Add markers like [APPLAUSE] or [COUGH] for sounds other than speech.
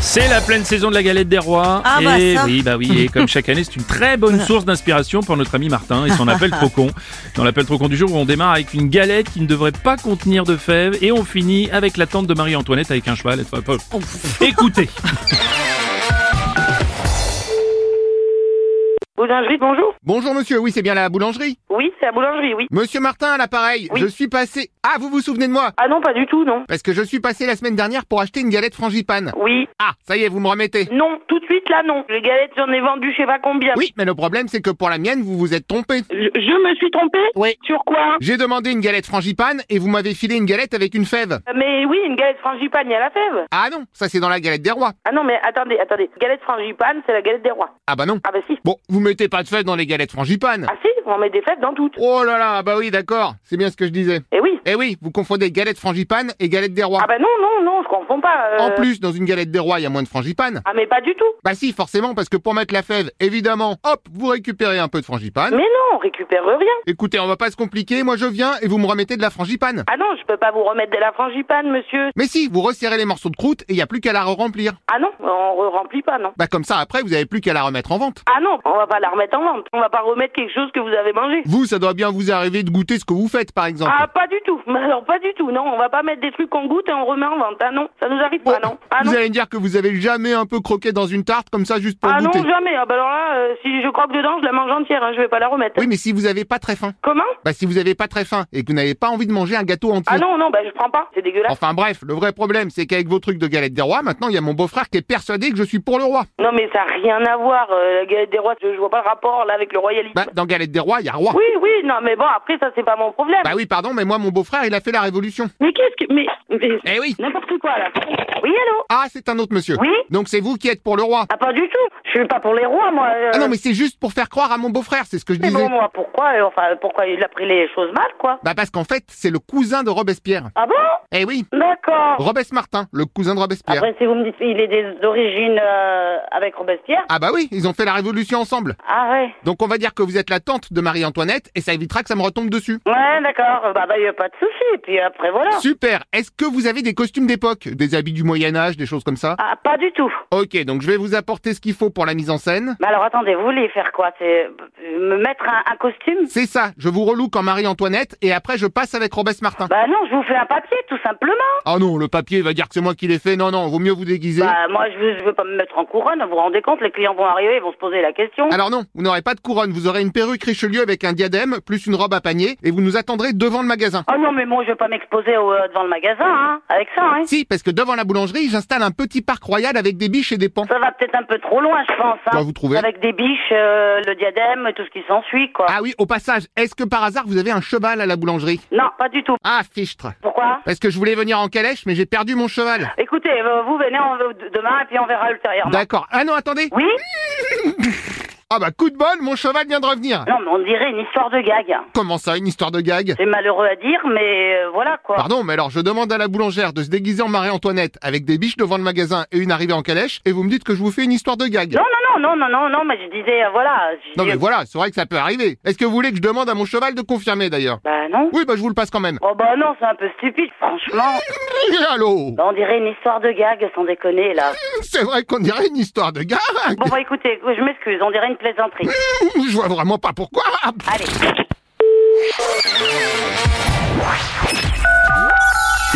C'est la pleine saison de la galette des rois. Ah, et bah, ça. oui, bah oui, et comme chaque année, c'est une très bonne source d'inspiration pour notre ami Martin et son appel trop con. Dans l'appel trop con du jour, on démarre avec une galette qui ne devrait pas contenir de fèves et on finit avec la tante de Marie-Antoinette avec un cheval. Enfin, pas- Écoutez, Boulangerie, bonjour. Bonjour monsieur, oui, c'est bien la boulangerie. Oui, c'est la boulangerie, oui. Monsieur Martin à l'appareil, Oui. je suis passé... Ah, vous vous souvenez de moi Ah non, pas du tout, non. Parce que je suis passé la semaine dernière pour acheter une galette frangipane. Oui. Ah, ça y est, vous me remettez. Non, tout de suite, là, non. Les galettes, j'en ai vendu je sais pas combien. Oui, mais le problème, c'est que pour la mienne, vous vous êtes trompé. Je, je me suis trompée Oui. Sur quoi J'ai demandé une galette frangipane et vous m'avez filé une galette avec une fève. Mais oui, une galette frangipane, il y a la fève. Ah non, ça c'est dans la galette des rois. Ah non, mais attendez, attendez. Galette frangipane, c'est la galette des rois. Ah bah non. Ah bah si. Bon, vous mettez pas de fèves dans les galettes frangipane. Ah si, on met des fèves dans toutes. Oh là là, ah bah oui, d'accord, c'est bien ce que je disais. Eh oui. Eh oui, vous confondez galette frangipane et galette des rois. Ah bah non, non, non, je comprends pas. euh. En plus, dans une galette des rois, il y a moins de frangipane. Ah mais pas du tout. Bah si, forcément, parce que pour mettre la fève, évidemment, hop, vous récupérez un peu de frangipane. Mais non, on récupère rien. Écoutez, on va pas se compliquer, moi je viens et vous me remettez de la frangipane. Ah non, je peux pas vous remettre de la frangipane, monsieur. Mais si, vous resserrez les morceaux de croûte et il y a plus qu'à la re-remplir. Ah non, on re remplit pas, non. Bah comme ça, après, vous avez plus qu'à la remettre en vente. Ah non, on va pas la remettre en vente. On va pas remettre quelque chose que vous avez mangé. Vous, ça doit bien vous arriver de goûter ce que vous faites, par exemple. Ah, pas du tout. [LAUGHS] Mais alors, pas du tout. Non, on va pas mettre des trucs qu'on goûte et on remet en vente. Ah non, ça nous arrive pas, non. Ah Oh, non. Vous allez me dire que vous avez jamais un peu croqué dans une tarte comme ça juste pour Ah non, goûter. jamais. Ah bah alors là, euh, si je croque dedans, je la mange entière. Hein, je vais pas la remettre. Oui, mais si vous avez pas très faim. Comment Bah si vous avez pas très faim et que vous n'avez pas envie de manger un gâteau entier. Ah non, non, bah je prends pas. C'est dégueulasse. Enfin bref, le vrai problème, c'est qu'avec vos trucs de galette des rois, maintenant il y a mon beau-frère qui est persuadé que je suis pour le roi. Non, mais ça a rien à voir. euh, la galette des rois, je, je vois pas le rapport là avec le royalisme. Bah dans galette des rois, il y a roi. Oui, oui, non, mais bon, après, ça, c'est pas mon problème. Bah oui, pardon, mais moi mon beau-frère, il a fait la révolution. Mais qu'est-ce que. Mais. mais- Eh oui. N'importe quoi, là. Oui, allô Ah, c'est un autre monsieur. Oui Donc c'est vous qui êtes pour le roi. Ah, pas du tout. Je suis pas pour les rois, moi. euh. Ah non, mais c'est juste pour faire croire à mon beau-frère, c'est ce que je Mais disais. bon, moi, pourquoi, euh, enfin, pourquoi il a pris les choses mal, quoi Bah parce qu'en fait, c'est le cousin de Robespierre. Ah bon Eh oui, D'accord. Robespierre Martin, le cousin de Robespierre. Après, si vous me dites il est des origines euh, avec Robespierre. Ah bah oui, ils ont fait la révolution ensemble. Ah ouais. Donc on va dire que vous êtes la tante de Marie-Antoinette et ça évitera que ça me retombe dessus. Ouais, d'accord. Bah, bah, il n'y a pas de souci. Et puis après, voilà. Super. Est-ce que vous avez des costumes d'époque, des habits du Moyen Âge, des choses comme ça Ah, pas du tout. Ok, donc je vais vous apporter ce qu'il faut pour la mise en scène. Mais alors, attendez, vous voulez faire quoi C'est euh, me mettre un, un costume C'est ça, je vous reloue en Marie-Antoinette et après je passe avec Robespierre Martin. Bah non, je vous fais un papier, tout simplement. Ah non, le papier va dire que c'est moi qui l'ai fait. Non, non, vaut mieux vous déguiser. Bah, moi, je veux, je veux pas me mettre en couronne. Vous vous rendez compte Les clients vont arriver, ils vont se poser la question. Alors non, vous n'aurez pas de couronne, vous aurez une perruque Richelieu avec un diadème, plus une robe à panier, et vous nous attendrez devant le magasin. Oh non, mais moi, je veux pas m'exposer au, euh, devant le magasin, hein, avec ça, hein. Si, parce que devant la boulangerie, j'installe un petit parc royal avec des biches et des pans. Ça va peut-être un peu trop loin, je pense, hein. Bah, vous trouvez Avec des biches, euh, le diadème, tout ce qui s'ensuit, quoi. Ah oui, au passage, est-ce que par hasard vous avez un cheval à la boulangerie Non, pas du tout. Ah, fichtre. Pourquoi Parce que je voulais venir en calèche, mais j'ai perdu mon cheval. Écoutez, euh, vous venez on- d- demain et puis on verra ultérieurement. D'accord. Ah non, attendez. Oui Ah bah coup de bol, mon cheval vient de revenir. Non, mais on dirait une histoire de gag. Comment ça, une histoire de gag C'est malheureux à dire, mais euh, voilà quoi. Pardon, mais alors je demande à la boulangère de se déguiser en Marie-Antoinette avec des biches devant le magasin et une arrivée en calèche, et vous me dites que je vous fais une histoire de gag. Non, non, non, non, non, non, non, mais je disais, euh, voilà. je Non mais dis- voilà, c'est vrai que ça peut arriver. Est-ce que vous voulez que je demande à mon cheval de confirmer d'ailleurs Bah non. Oui, bah je vous le passe quand même. Oh bah non, c'est un peu stupide, franchement. Allô Bah, on dirait une histoire de gag, sans déconner, là. C'est vrai qu'on dirait une histoire de gag. Bon, bah écoutez, je m'excuse, on dirait une plaisanterie. Je vois vraiment pas pourquoi. Allez.